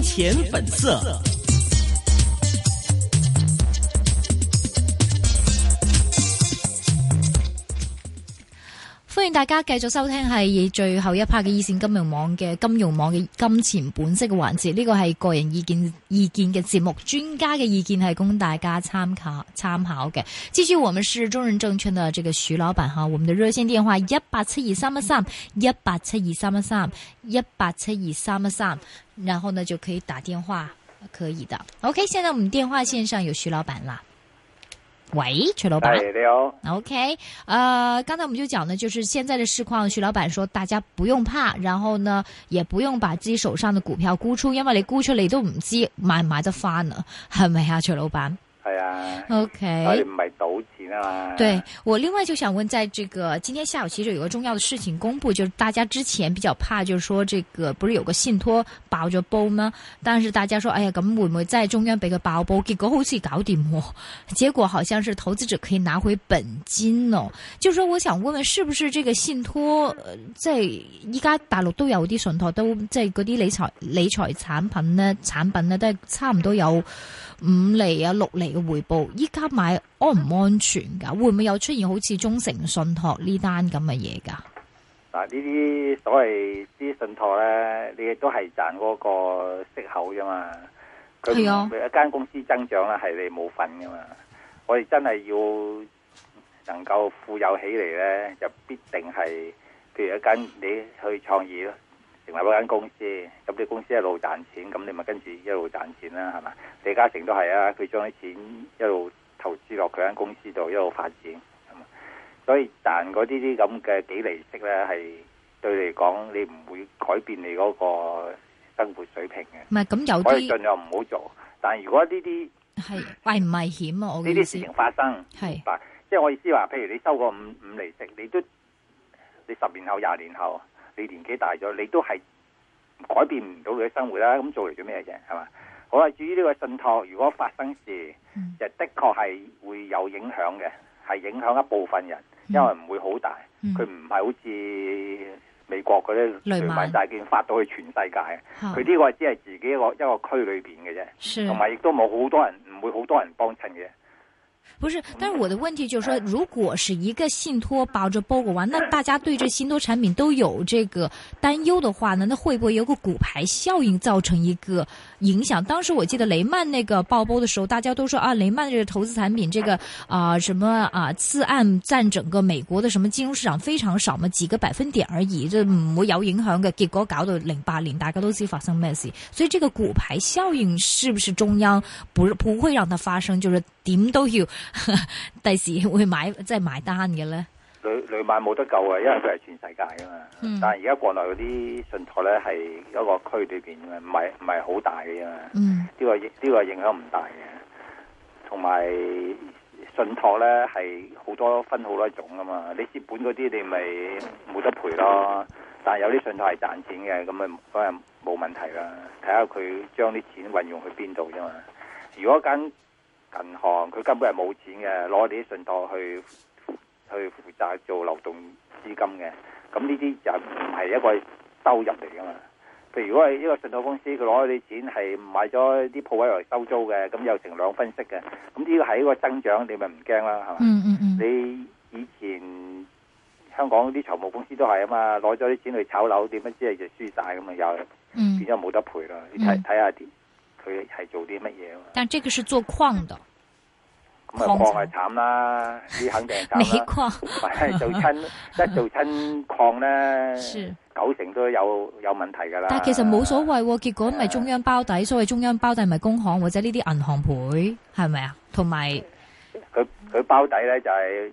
前本色。歡迎大家繼續收聽係最後一 part 嘅依線金融網嘅金融網嘅金錢本色嘅環節，呢個係個人意見意見嘅節目，專家嘅意見係供大家參考參考嘅。繼續，我們是中人證券的這個徐老闆哈，我們的熱線電話一八七二三一三一八七二三一三一八七二三一三，然後呢就可以打電話，可以的。OK，現在我們電話線上有徐老闆啦，喂，徐老闆。係你好， OK，呃，剛才我們就講呢，就是現在的市況，徐老闆說大家不用怕，然後呢，也不用把自己手上的股票沽出，因為你沽出你都唔知買唔買得翻 啊，係咪啊，徐老闆係啊，我哋？OK，唔係賭錢啊嘛，對我另外就想問，在這個今天下午其實有個重要的事情公布，就是大家之前比較怕，就是說這個不是有個信託爆咗煲嗎？但是大家說，哎呀，咁會唔會真係中央俾佢爆煲？結果好似搞掂喎，結果好像是投資者可以拿回本金哦。就說我想問問，是不是這個信託，呃即係依家大陸都有啲信託，都即係嗰啲理財理財產品呢，產品呢都係差唔多有五厘啊六厘嘅回報。依家買安唔安全㗎？會唔會有出現好似中誠信託呢單咁嘅嘢㗎？嗱呢啲所謂啲信託咧，你都係賺嗰個息口啫嘛，佢係啊唔一間公司增長咧係你冇份噶嘛，我哋真係要能夠富有起嚟咧，就必定係譬如一間你去創業咯。成立一間公司，咁你公司一路賺錢，咁你咪跟住一路賺錢啦，係嘛？李嘉誠都係啊，佢將啲錢一路投資落佢間公司度，一路發展，係嘛？所以賺嗰啲啲咁嘅幾厘息咧，係對你嚟講，你唔會改變你嗰個生活水平嘅。唔係咁有我哋啲盡量唔好做，但係如果呢啲係危唔危險啊？我嘅呢啲意事思情發生，係嗱，即係我意思話，譬如你收個五五厘息，你都你十年後、廿年後，你年紀大咗，你都係改變唔到你嘅生活啦。咁做嚟做咩啫？係嘛？好啦，至於呢個信託，如果發生事，嗯就的確係會有影響嘅，係影響一部分人，嗯因為唔會好大，嗯佢唔係好似美國嗰啲雷曼啊雷曼債券發到去全世界，嗯嚇佢呢個只係自己一個一個區裏邊嘅啫，是同埋亦都冇好多人，唔會好多人幫襯嘅。不嗯是，但是我的問題就是說，如果是一個信托包着包裹完，那大家对这信托产品都有这个担忧的话呢，那会不会有个骨牌效应造成一个影响？当时我记得雷曼那个爆煲的时候，大家都说啊，雷曼这个投资产品这个啊、什么啊次按占整个美国的什么金融市场非常少嘛，几个百分点而已，这唔会有影响嘅。结果搞到零八年，大家都知发生咩事，所以这个骨牌效应是不是中央不不会让它发生？就是点都要 第时会买即系埋单嘅咧。雷雷曼冇得救啊，因為佢係全世界噶嘛。嗯但係而家國內嗰啲信託咧係一個區裏邊嘅，唔係唔係好大嘅啫嘛。呢、嗯個影呢、個影響唔大嘅，同埋信託咧係好多分好多種噶嘛。你蝕本嗰啲你咪冇得賠咯，但係有啲信託係賺錢嘅，咁咪咁咪冇問題啦。睇下佢將啲錢運用去邊度啫嘛。如果間銀行佢根本係冇錢嘅，攞你啲信託去去負責做流動資金嘅，咁呢啲就唔係一個收入嚟噶嘛。譬如如果係一個信託公司，佢攞你錢係買咗啲鋪位嚟收租嘅，咁有成兩分息嘅，咁呢個係一個增長，你咪唔驚啦，係嘛？嗯嗯嗯，你以前香港啲財務公司都係啊嘛，攞咗啲錢去炒樓，點不知係就輸晒咁啊，又嗯，變咗冇得賠啦。嗯你睇睇下啲佢係做啲乜嘢啊嘛。但这个是做矿的，咁啊，礦礦產係慘啦，呢肯定係煤慘啦。礦係 做親一做親礦嗯咧，是，九成都有有問題㗎啦。但係其實冇所謂喎，結果咪中央包底，所謂中央包底咪工行或者呢啲銀行賠係咪啊？同埋佢佢包底咧就係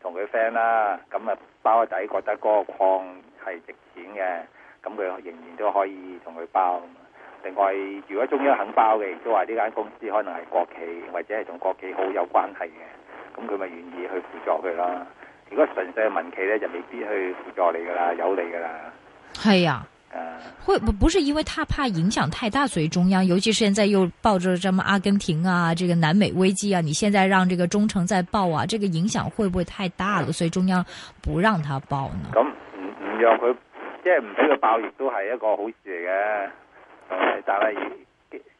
同佢 friend 啦，咁啊包底覺得嗰個礦係值錢嘅，咁佢仍然都可以同佢包。另外，如果中央肯包嘅，亦都話呢間公司可能係國企或者係同國企好有關係嘅，咁佢咪願意去輔助佢啦。如果純粹係民企咧，就未必去輔助你㗎啦，有你㗎啦，係啊。啊。会不不是因为他怕影响太大，所以中央，尤其是现在又抱着什么阿根廷啊，这个南美危机啊，你现在让这个中诚再报啊，这个影响会不会太大了？所以中央不让他报呢？咁唔唔讓佢即係唔俾佢爆，亦都係一個好事嚟嘅。誒但係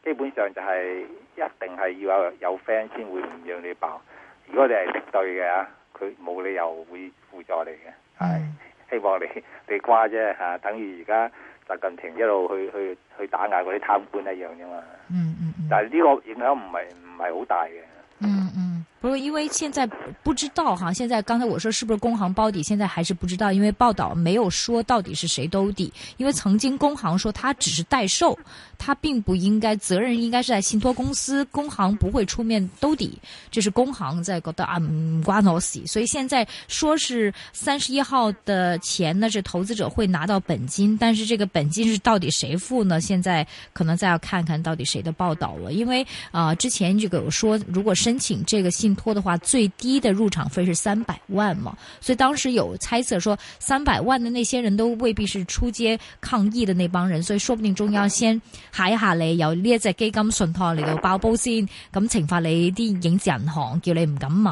基本上就係一定係要有有 friend 先會唔讓你爆。如果你係敵對嘅啊，佢冇理由會輔助你嘅。係希望你 你瓜啫嚇，等於而家習近平一路去去去打壓嗰啲貪官一樣啫嘛。嗯嗯嗯但係呢個影響唔係唔係好大嘅。嗯嗯，不是因为现在不知道哈，现在刚才我说是不是工行包底，现在还是不知道，因为报道没有说到底是谁兜底，因为曾经工行说他只是代售，他并不应该责任应该是在信托公司，工行不会出面兜底，这是工行在觉得啊唔关我事，所以现在说是三十一号的钱呢是投资者会拿到本金，但是这个本金是到底谁付呢？现在可能再要看看到底谁的报道了，因为啊、之前这个有说，如果申请这个信托的话，最低的入场费是三百万嘛，所以当时有猜测说，三百万的那些人都未必是出街抗议的那帮人，所以说不定中央先下一下你，由呢一隻基金信託嚟到爆煲先，咁懲罰你啲影子銀行，叫你唔敢買，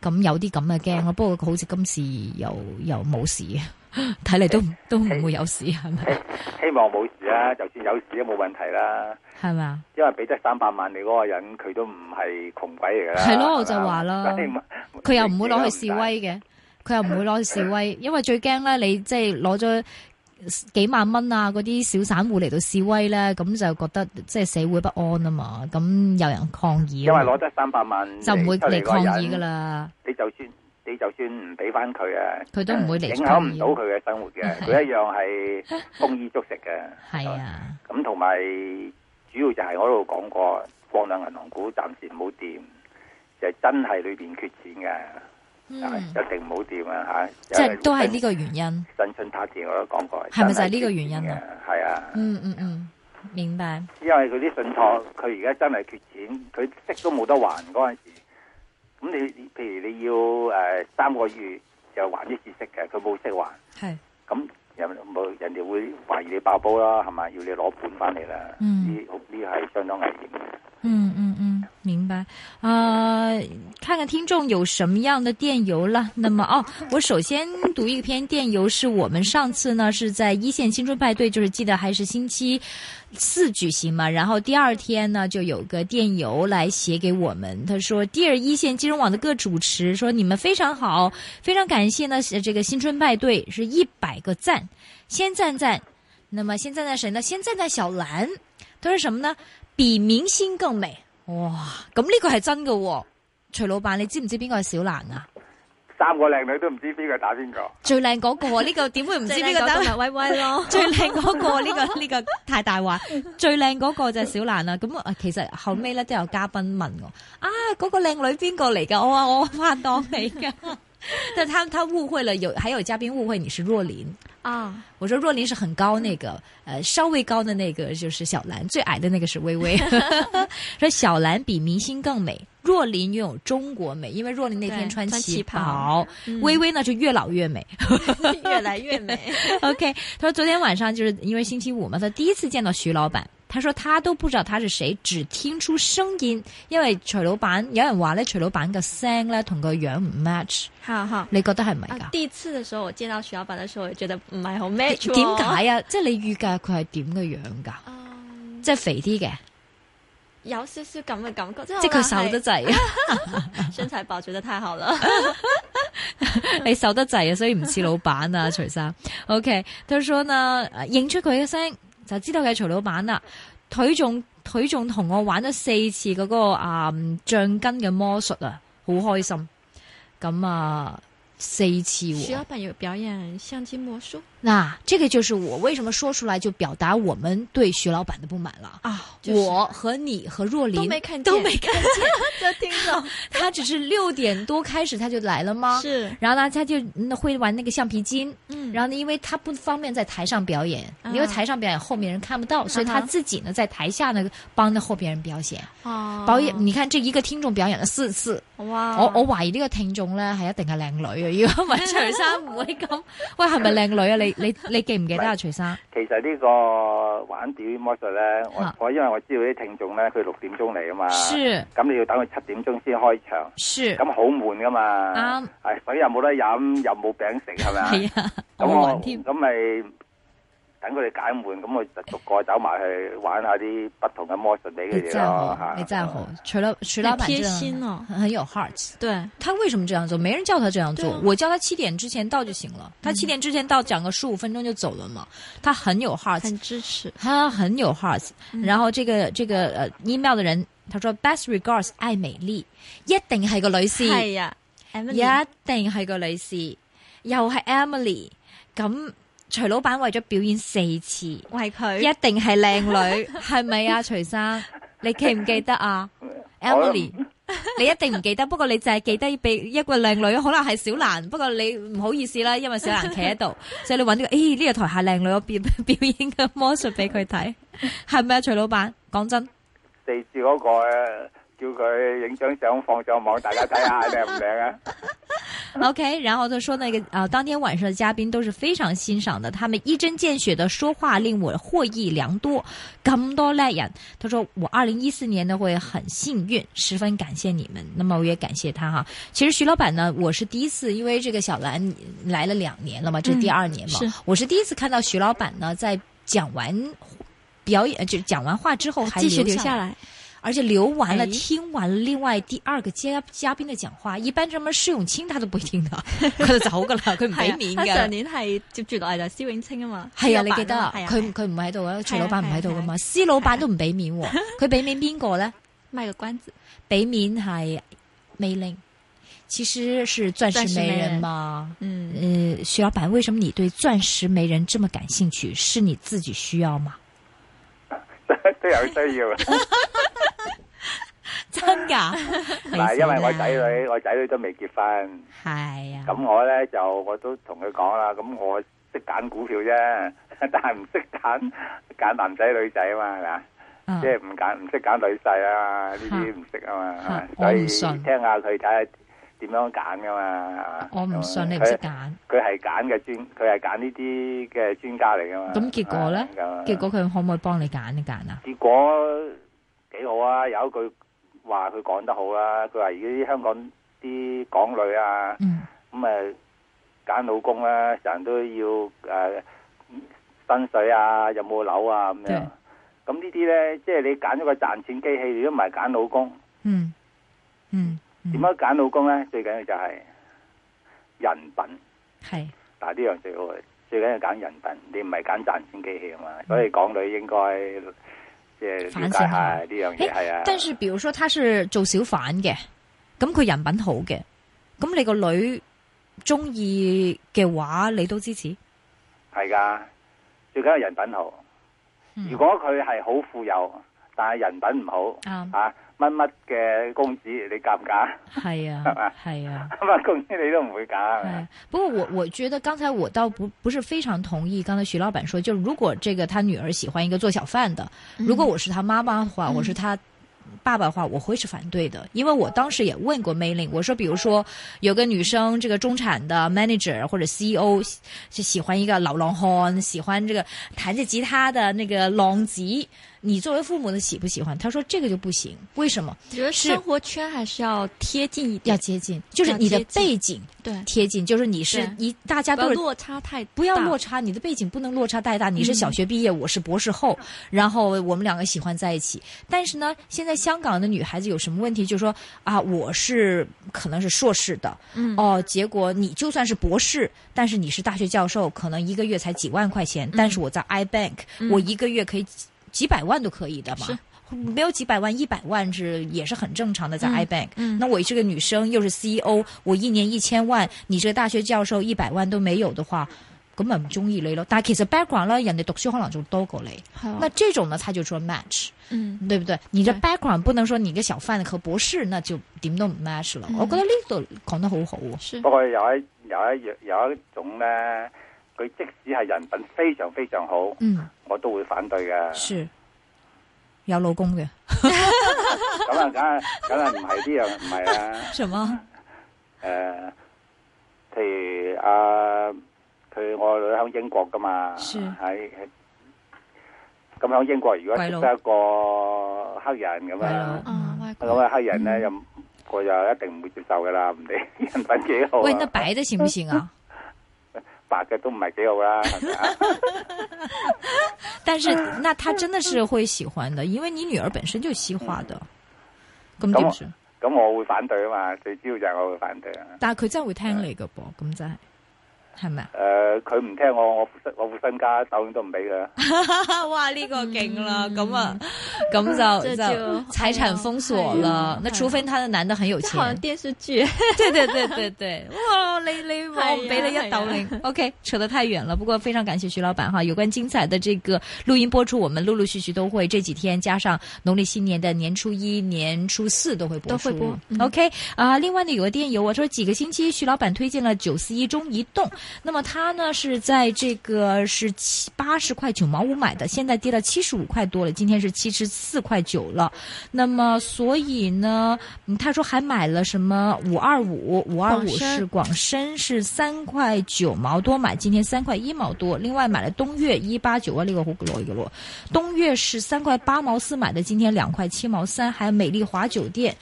咁有啲咁嘅驚咯。不過好似今次又又冇事， 睇嚟都都唔會有事，係咪？希望冇事啦，就算有事都冇問題啦。係咪啊？因為俾得三百萬你嗰個人，佢都唔係窮鬼嚟㗎啦。係咯我就係嘛話啦所以咪佢又唔會攞去示威嘅，佢又唔會攞去示威，因為最驚咧，你即係攞咗幾萬蚊啊，嗰啲小散户嚟到示威咧，咁就覺得即係社會不安啊嘛，咁有人抗議因為啊嘛，攞得三百萬就唔會嚟抗議噶㗎。啦。你就算你就算唔俾翻佢啊，佢都唔會嚟影抗響唔議到佢嘅生活嘅， 佢一樣係豐衣足食嘅。係啊，咁同埋主要就係我喺度講過，國兩銀行股暫時唔好掂，就真係裏邊缺錢嘅，啊嗯，一定唔好掂啊嚇！即係都係呢個個原因。新春塔田我都講過，係咪就係呢個原因啊真係缺錢嘅？係啊，嗯嗯嗯，明白。因為佢啲信託，佢而家真係缺錢，佢息都冇得還嗰陣時，咁你譬如你要誒、呃三個月就還一次息嘅，佢冇息還，係。咁有冇人哋會懷疑你爆煲啦，係咪？要你攞本翻嚟啦，呢嗯呢係相當危險嘅。嗯嗯嗯，明白。呃，看看听众有什么样的电邮了。那么哦，我首先读一篇电邮，是我们上次呢是在一线青春派对，就是记得还是星期四举行嘛。然后第二天呢就有个电邮来写给我们，他说：“Dear 一线金融网的各主持，说你们非常好，非常感谢呢是这个新春派对是一百个赞，先赞赞。那么先赞赞谁呢？先赞赞小兰。”他说什么呢？比明星更美。哇！咁呢個係真嘅、喎。徐老闆，你知唔知邊個係小蘭啊？三個靚女都唔知邊個打邊個，最靚嗰、個，呢、個點會唔知邊個打？咪威威 咯最靚嗰、個呢、個呢、個太大話，最靚嗰個就係小蘭啦。咁啊，其實後尾咧都有嘉賓問我啊，嗰、個靚女邊個嚟㗎？我話我拍檔嚟 㗎。但他他誤會了，有還有嘉賓誤會你是若琳。啊！我说若琳是很高那个，呃，稍微高的那个就是小兰，最矮的那个是微 微。说小兰比明星更美，若琳拥有中国美，因为若琳那天对穿穿旗旗袍袍，嗯微微呢就越老越美。 越来越美， OK，他说昨天晚上就是因为星期五嘛，他第一次见到徐老板。他说他都不知道他是谁，只聽出聲音，因為徐老闆有人話咧，徐老闆嘅聲咧同個樣唔 match， 好好。你覺得係咪啊㗎？，第一次的時候，我見到徐老闆的時候，我覺得唔係 好 match 喎點？解啊？即係你預計佢係點嘅樣㗎？嗯即係肥啲嘅，有少少咁嘅感覺，即係即係佢可能瘦得係滯啊！ 身材保持得太好了。嗯你瘦得滯啊，所以唔似老闆啊， 徐生。OK，佢說呢，呃認出佢嘅聲就知道佢係徐老闆啦。佢仲佢仲同我玩咗四次嗰、個啊、嗯橡筋嘅魔術啊，好開心。咁啊，四次徐喎。老闆有表演相機魔術那這個就是我為什麼說出來就表達我們對徐老闆的不滿了。啊，我和你和若琳都沒看見都沒 看見，就聽懂， 他只是六點多開始他就來了嗎？是然后呢，他就嗯会玩那个橡皮筋，嗯，然后呢，因为他不方便在台上表演，啊因为台上表演后面人看不到，所以他自己呢在台下呢帮着后边人表演。哦表演，你看这一个听众表演了四次，哇，我我懷疑呢個聽眾咧係一定係靚女啊，如果唔係徐生唔會咁。喂，係咪靚女啊？ 你你你記唔記得啊？徐生其實呢個玩表演魔術呢，啊我我因為我知道啲聽眾呢，佢六點鐘嚟啊嘛，是咁你要等佢七點鐘先開場，是 咁好悶噶嘛，啱 係水又冇得飲，又冇餅食，係咪啊？係啊，咁我我暈添。咁咪等佢哋解悶，咁我就逐個走埋去玩下啲不同嘅魔術俾你佢哋赞咯好，嚇你赞好，徐老徐老很板贴真的心哦很很有 heart。对，他为什么这样做？没人叫他这样做，对啊嗯我叫他七点之前到就行了。他七点之前到，讲个十五分钟就走了嘛。他很有 heart，很嗯支持。他很有 heart，、然後这個这個呃 email 嘅人，他說 best regards 艾美麗，一定係個女士，一係啊，Emily，定係個女士，又係 Emily，咁徐老闆為咗表演四次，一為佢定係靚女，係咪啊？徐生，你記唔記得啊我？Emily，你一定唔記得，不過你就係記得俾一個靚女，可能係小蘭，不過你唔好意思啦，因為小蘭企喺度，所以你揾呢、個，咦呢、個台下靚女，我表 表演嘅魔術俾佢睇，係咪啊？徐老闆，講真，四次嗰個咧，叫佢影張相放上網，大家睇下靚唔靚啊？ OK，然后他说那个啊、呃当天晚上的嘉宾都是非常欣赏的，他们一针见血的说话令我获益良多。咁多叻人，他说我二零一四年呢会很幸运，十分感谢你们。那么我也感谢他哈。其实徐老板呢，我是第一次，因为这个小兰你来了两年了嘛，这是第二年嘛，嗯是我是第一次看到徐老板呢在讲完表演，呃就讲完话之后还哦继续留留下下来。来。而且留完了，哎听完了另外第二个嘉嘉賓嘅講話，一般咁樣施永青他都唔會聽噶，佢就走噶啦，佢唔俾面係啊佢上嘅。年係接住落嚟就係施永清啊嘛，係啊，施你老闆記得嘛啊係啊，佢佢唔喺度啊，徐老闆唔喺度噶係嘛，施老闆都唔俾面 喎，佢俾面邊個咧？賣個關子，俾面係美玲，其實是鑽石美人嘛。 嗯，呃，徐老闆，為什麼你對鑽石美人這麼感興趣？是你自己需要嗎？都有 需要。真啊㗎，嗱，因為我仔女，我仔女都未結婚，係啊，咁我咧就我都同佢講啦，咁我識揀股票啫， 但係唔識揀揀男仔女仔啊嘛，係咪啊嗯即係唔揀唔識揀女婿啊，呢啲唔識啊嘛嚇，所我以唔信聽下佢睇下點樣揀噶嘛。我唔信你唔佢識揀。佢係揀嘅專，佢係揀呢啲嘅專家嚟噶嘛。咁結果呢係啊結果佢可唔可以幫你揀一揀啊？結果幾好啊！有一句話佢講得好啦、佢話而家啲香港啲港女啊，嗯，咁誒揀老公啦、成日都要誒、呃薪水啊，有冇樓啊咁對樣。咁呢啲咧，即係你揀咗個賺錢機器，你都唔係揀老公。嗯，嗯，嗯點樣啊揀老公咧？最緊要就係人品。係嗱，呢樣最好嘅，最緊要揀人品，你唔係揀賺錢機器啊嗯嘛。所以港女應該即係了解下呢樣嘢係啊。但是，比如說，他是做小販嘅，咁佢人品好嘅，咁你個女中意嘅話，你都支持？係㗎，最緊要人品好。嗯如果佢係好富有，但係人品唔好，啱，啊乜乜嘅公子你夾 唔夾？係係嘛啊，係啊。乜乜公子你都唔會夾。係咪哎，不过我我觉得刚才我倒不不是非常同意刚才徐老板说，就是如果这个他女儿喜欢一个做小贩的，嗯如果我是他妈妈的话，我是他。爸爸的话，我会是反对的，因为我当时也问过 Mailing，我说，比如说有个女生，这个中产的 manager 或者 CEO 喜就喜欢一个老浪汉，喜欢这个弹着吉他的那个浪子，你作为父母的喜不喜欢？他说这个就不行，为什么？我觉得是生活圈还是要贴近一要点，接近，就是要你的接近背景对，贴近，就是你是对一大家不都是要落差太大，不要落差，你的背景不能落差太大。你是小学毕业，我是博士嗯后，然后我们两个喜欢在一起。但是呢，现在香港的女孩子有什么问题？就是说啊，我是可能是硕士的，嗯哦，结果你就算是博士，但是你是大学教授，可能一个月才几万块钱，但是我在 iBank，、嗯我一个月可以几几百万都可以的嘛是。没有几百万，一百万是也是很正常的，在嗯 iBank、嗯那我是个女生，又是 CEO，我一年一千万，你这个大学教授一百万都没有的话，咁咪唔中意你咯。但系其實 background 咧，人哋讀書可能仲多過你。好啊那這種呢，他就說 match，嗯對不對？你嘅對 background 不能說你嘅小販和博士，那就點都唔 match 啦。嗯我覺得呢度講得好好喎。是不過有一有一有一種咧，佢即使係人品非常非常好，嗯，我都會反對嘅。是有老公嘅，咁啊，梗係梗係唔係呢樣唔 係啦。什麼？诶、譬如啊，佢我女喺英國噶嘛，是喺喺咁喺英國，如果鬼識佬得一個黑人咁鬼啊佬，啊，外嗯咁國啊黑人咧又 佢就一定唔會接受噶啦，唔理人品幾好喂，那啊，白的行不行啊？白嘅都唔係幾好 啦，係咪啊？但是那他真的是会喜欢的，因为你女儿本身就西化的，咁點算？咁我會反對啊嘛，最主要就係我會反對啊。但係佢真係會聽你噶噃，咁真係係咪啊？诶、呃佢唔聽我，我副身我副身家手都唔俾啊 噶。哇，呢、個勁啦，咁啊，咁就這啊嗯 就就財產封鎖啊了。那除非他的男的很有即係好像 錢，電視 劇。对对对对对，哇！哦你你我係啊俾你一斗零，OK，扯得哎太远了。不过非常感谢徐老板哈，有关精彩的这个录音播出，我们陆陆续续都会这几天加上农历新年的年初一、年初四都会播出。都会播嗯 OK 啊，另外呢有个电邮，我说几个星期徐老板推荐了九四一中移动，那么它呢是在这个是七八十块九毛五买的，现在跌到七十五块多了，今天是七十四块九了。那么所以呢，嗯他说还买了什么五二五，五二五广深是广深是三块九毛多买，今天三块一毛多。另外买了东岳一八九啊，呢个好攞一个攞。东岳是三块八毛四买的，今天两块七毛三。还有美丽华酒店，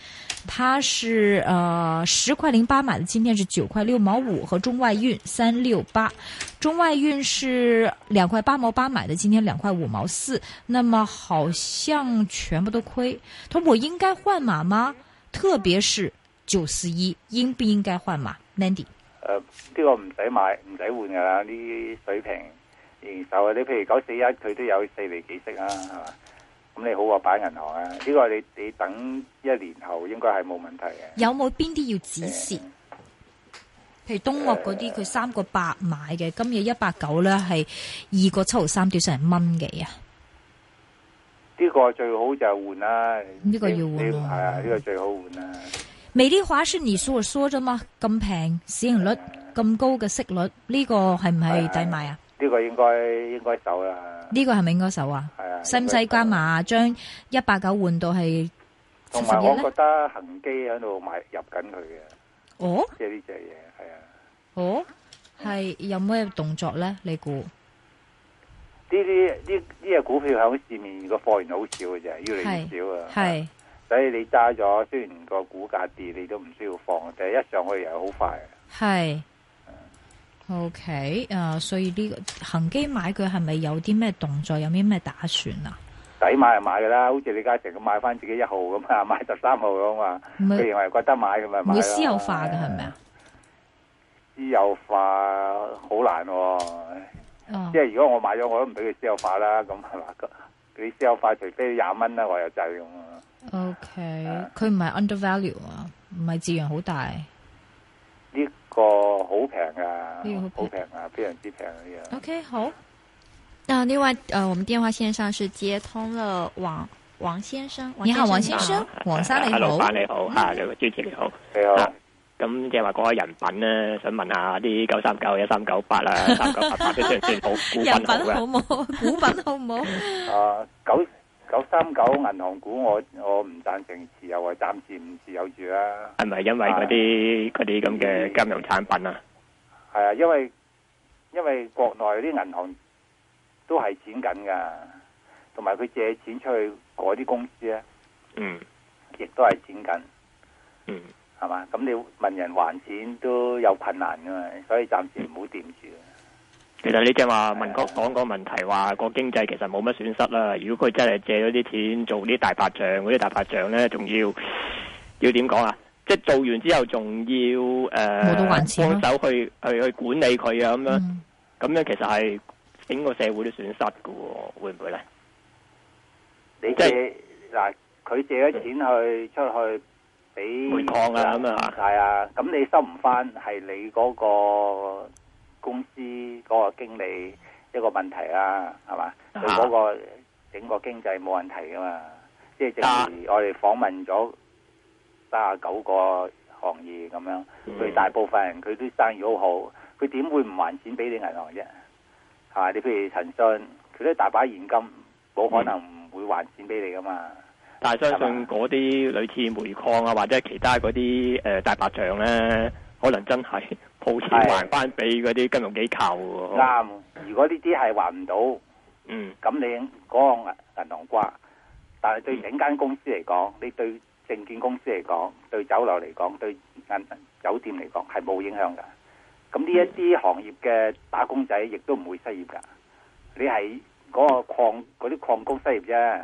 它是呃十块零八买的，今天是九块六毛五和中外运三六八，中外运是两块八毛八买的，今天两块五毛四。那么好像全部都亏。他说我应该换码吗？特别是九四一，应不应该换码？Mandy，诶、呃呢、個唔使買，唔使換噶啦，呢啲水平仍然受啊。你譬如九四一，佢都有四厘幾息啦，係嘛？咁你好過擺銀行啊？呢、個你你等一年後應該係冇問題嘅。有冇邊啲要止蝕？呃譬如東岳嗰啲，佢三個八買嘅，今日一百九咧係二個七毫三，跌成蚊幾啊！呢、個最好就換啦。呢個要換啊你係啊，呢、個最好換啦。美麗華是你所說啫嘛，咁平市盈率咁高嘅息率，呢、個係唔係抵買啊？呢、個應該應該走啦。呢、個係咪應該手啊？係啊，使唔使加嘛？碼將一百九換到係七同十埋一我咧覺？得恒基喺度買入緊佢嘅，哦。即係呢只嘢係啊。哦，系有咩動作咧？你估？呢啲呢呢只股票喺市面個貨源好少嘅啫，越嚟越少啊。係所以你揸咗，雖然個股價跌，你都唔需要放，但係一上去又好快。係 O K，诶，所以呢、個恒基買佢係咪有啲咩動作，有啲咩打算啊？抵買就買㗎啦，好似李嘉誠咁買翻自己一號咁啊， 買十三號咁嘛。唔佢會認為覺得買啊咁咪唔買會咯私有化嘅係咪啊？？私有化好難喎、哦即，係如果我買咗，我都唔俾佢私有化啦，咁係嘛？佢私有化除非廿蚊啦，我又制咁啊。 O K，佢唔係 undervalue 啊，唔係字樣好大。呢、個好平㗎，呢個好好平平啊，非常之平啊呢樣。 O K，好，那另外，呃，我们電話線上是接通了王王先生。你好，黃先生，黃生你好啊老，闆你好，嚇兩位主持你好。你好，啊咁即係話講下人品咧，想問下啲九三九、一三九 八啦、三九八八啲算唔算好股人份品好嘅好？冇， 股品好冇？啊九九三九銀行股我我唔贊成持有啊，暫時唔持有住啦。係咪因為嗰啲嗰啲咁嘅金融產品啊？係啊，因為因為國內啲銀行都係錢緊㗎，同埋佢借錢出去嗰啲公司咧，嗯亦都係錢緊，嗯，係嘛？咁你問人還錢都有困難㗎嘛，所以暫時唔好掂住。其實你正話文哥講個問題話個經濟其實冇乜損失啦。如果佢真係借咗啲錢做啲大白象，嗰啲大白象咧，仲要要點講啊？即係做完之後，仲要誒、冇得還錢咯幫手去去去管理佢啊咁樣。嗯咁樣其實係整個社會都損失嘅喎，會唔會咧？你即係借嗱，佢借咗錢去出去俾煤礦啊咁啊係啊，咁你收唔翻係你嗰個公司嗰個經理一個問題啦，係嘛？啊佢嗰個整個經濟冇問題噶嘛，即係正如我哋訪問咗三十九個行業咁樣，佢大部分人佢都生意好好，佢點會唔還錢俾你銀行啫？係嘛？你譬如騰訊，佢都大把現金，冇可能唔會還錢俾你噶嘛。但係相信嗰啲類似煤礦啊，或者其他嗰啲誒大白象咧，可能真係鋪錢係還翻俾嗰啲金融機構喎。啱、如果呢啲係還唔到，嗯，咁你嗰個銀銀行瓜。但係對整間公司嚟講，你對證券公司嚟講，對酒樓嚟講，對銀酒店嚟講係冇影響㗎。咁呢一啲行業嘅打工仔亦都唔會失業㗎。你係嗰個礦嗰啲礦工失業啫，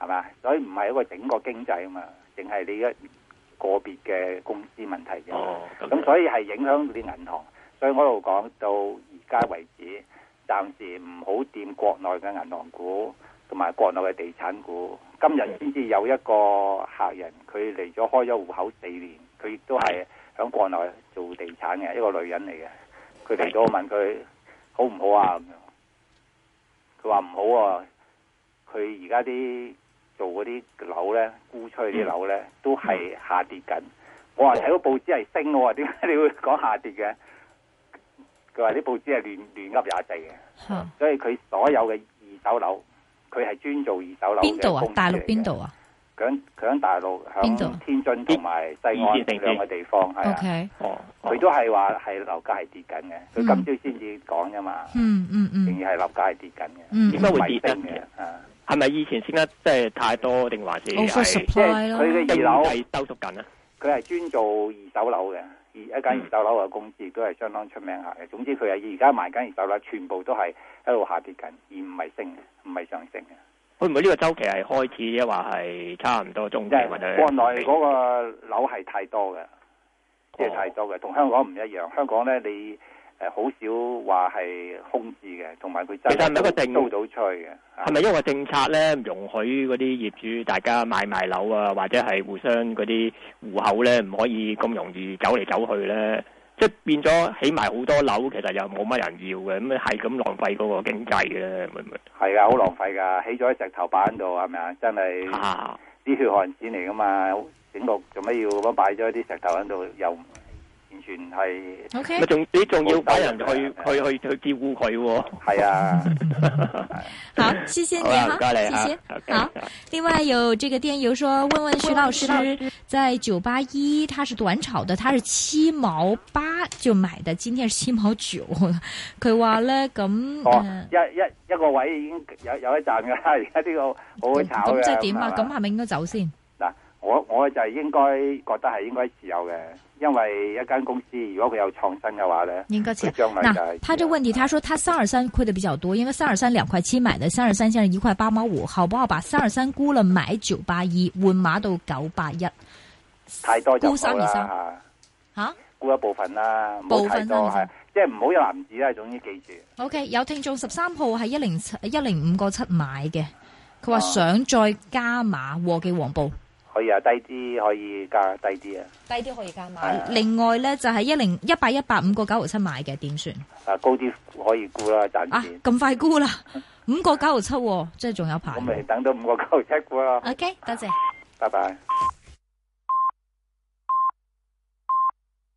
係嘛？所以唔係一個整個經濟啊嘛，淨係你一個別嘅公司問題啫。哦，咁咁樣所以係影響到啲銀行。所以我一路講到而家為止，暫時唔好掂國內嘅銀行股同埋國內嘅地產股。今日先至有一個客人，佢嚟咗開咗户口四年，佢亦都係喺國內做地產嘅一個女人嚟嘅。佢嚟咗我問佢好唔好啊咁樣，佢話唔好啊。佢而家啲做嗰啲樓咧，沽出去啲樓咧，都係下跌緊。我話睇到報紙係升喎， 點解你會講下跌嘅？佢話啲報紙係亂亂噏廿四嘅，吓所以佢所有嘅二手樓，佢係專做二手樓边度啊嘅公？司大嚟陆嘅边？度啊佢喺佢喺邊大陸，度啊響天津同埋西二線城安市兩個地方係啊。 ？OK，哦，哦佢都係話係樓價係跌緊嘅，嗯佢今朝先至講啫嘛，嗯嗯仍嗯然係樓價係跌緊嘅，嗯點解會跌唔係升咧嘅啊！係咪以前先得即係太多，定還是係即係，oversupply 咯，佢經嘅二樓。濟收縮緊啊？佢係專做二手樓嘅，而一嗯間二手樓嘅公司亦都係相當出名下嘅。總之佢係而家賣緊二手樓，全部都係一路下跌緊，而唔係升嘅，唔係上升嘅。會唔會呢個周期係開始，抑或係差唔多中因期為嗯或者國內嗰個樓係太多嘅，即係哦太多嘅，同香港唔一樣。香港咧你誒好少話係空置嘅，同埋佢真其實係咪一個定租到出去嘅。啊係咪因為政策咧唔容許嗰啲業主大家買賣樓啊，或者係互相嗰啲户口咧唔可以咁容易走嚟走去咧？即係變咗起埋好多樓，其實又冇乜人要嘅，咁係咁浪費嗰個經濟嘅咧，會唔會係啊？好浪費㗎，起咗喺石頭板度係咪啊？真係。啊？啲血汗錢嚟噶嘛，整落做乜要咁樣擺咗啲石頭喺度，又完全係 OK 咪啊仲你仲要好大擺人去去去去照顧佢喎？係啊。好，谢谢你好啦，哈唔，該你谢嚇谢。 OK，好另外有这个电邮说，问问徐老师，在九八一他是短炒的，他是七毛八就买的，今天是七毛九。佢話咧咁呃哦，誒，一一一個位已經有有一站㗎啦，而家呢個好好炒嘅。咁即係點啊？係咁嘛係咪應該走先？我我就係應該覺得係應該持有嘅，因為一間公司如果佢有創新嘅話咧，應該佢切。將來就那係他這問題，他說他三二三虧的比较多，因为三二三两块七买的，三二三现在一块八毛五，好不好把三二三沽了买九八一，換碼到九八一太多就沽三冇二啦三嚇吓沽一部分啦，唔好太部分多啦其實係，即係唔好有男子啦，總之記住。 ？OK，有聽眾十三號係一零七一零五個七買嘅，佢話想再加碼和記黃埔。可以啊，低啲可以加低啲啊。低啲可以加係碼啊。另外咧就係一零一八一八五個九毫七買嘅點算啊高啲可以沽啦，賺啊錢。？咁快沽啦，五個九毫七，即係仲有排咁。咪等到五個九七股啦， OK，多謝。拜拜。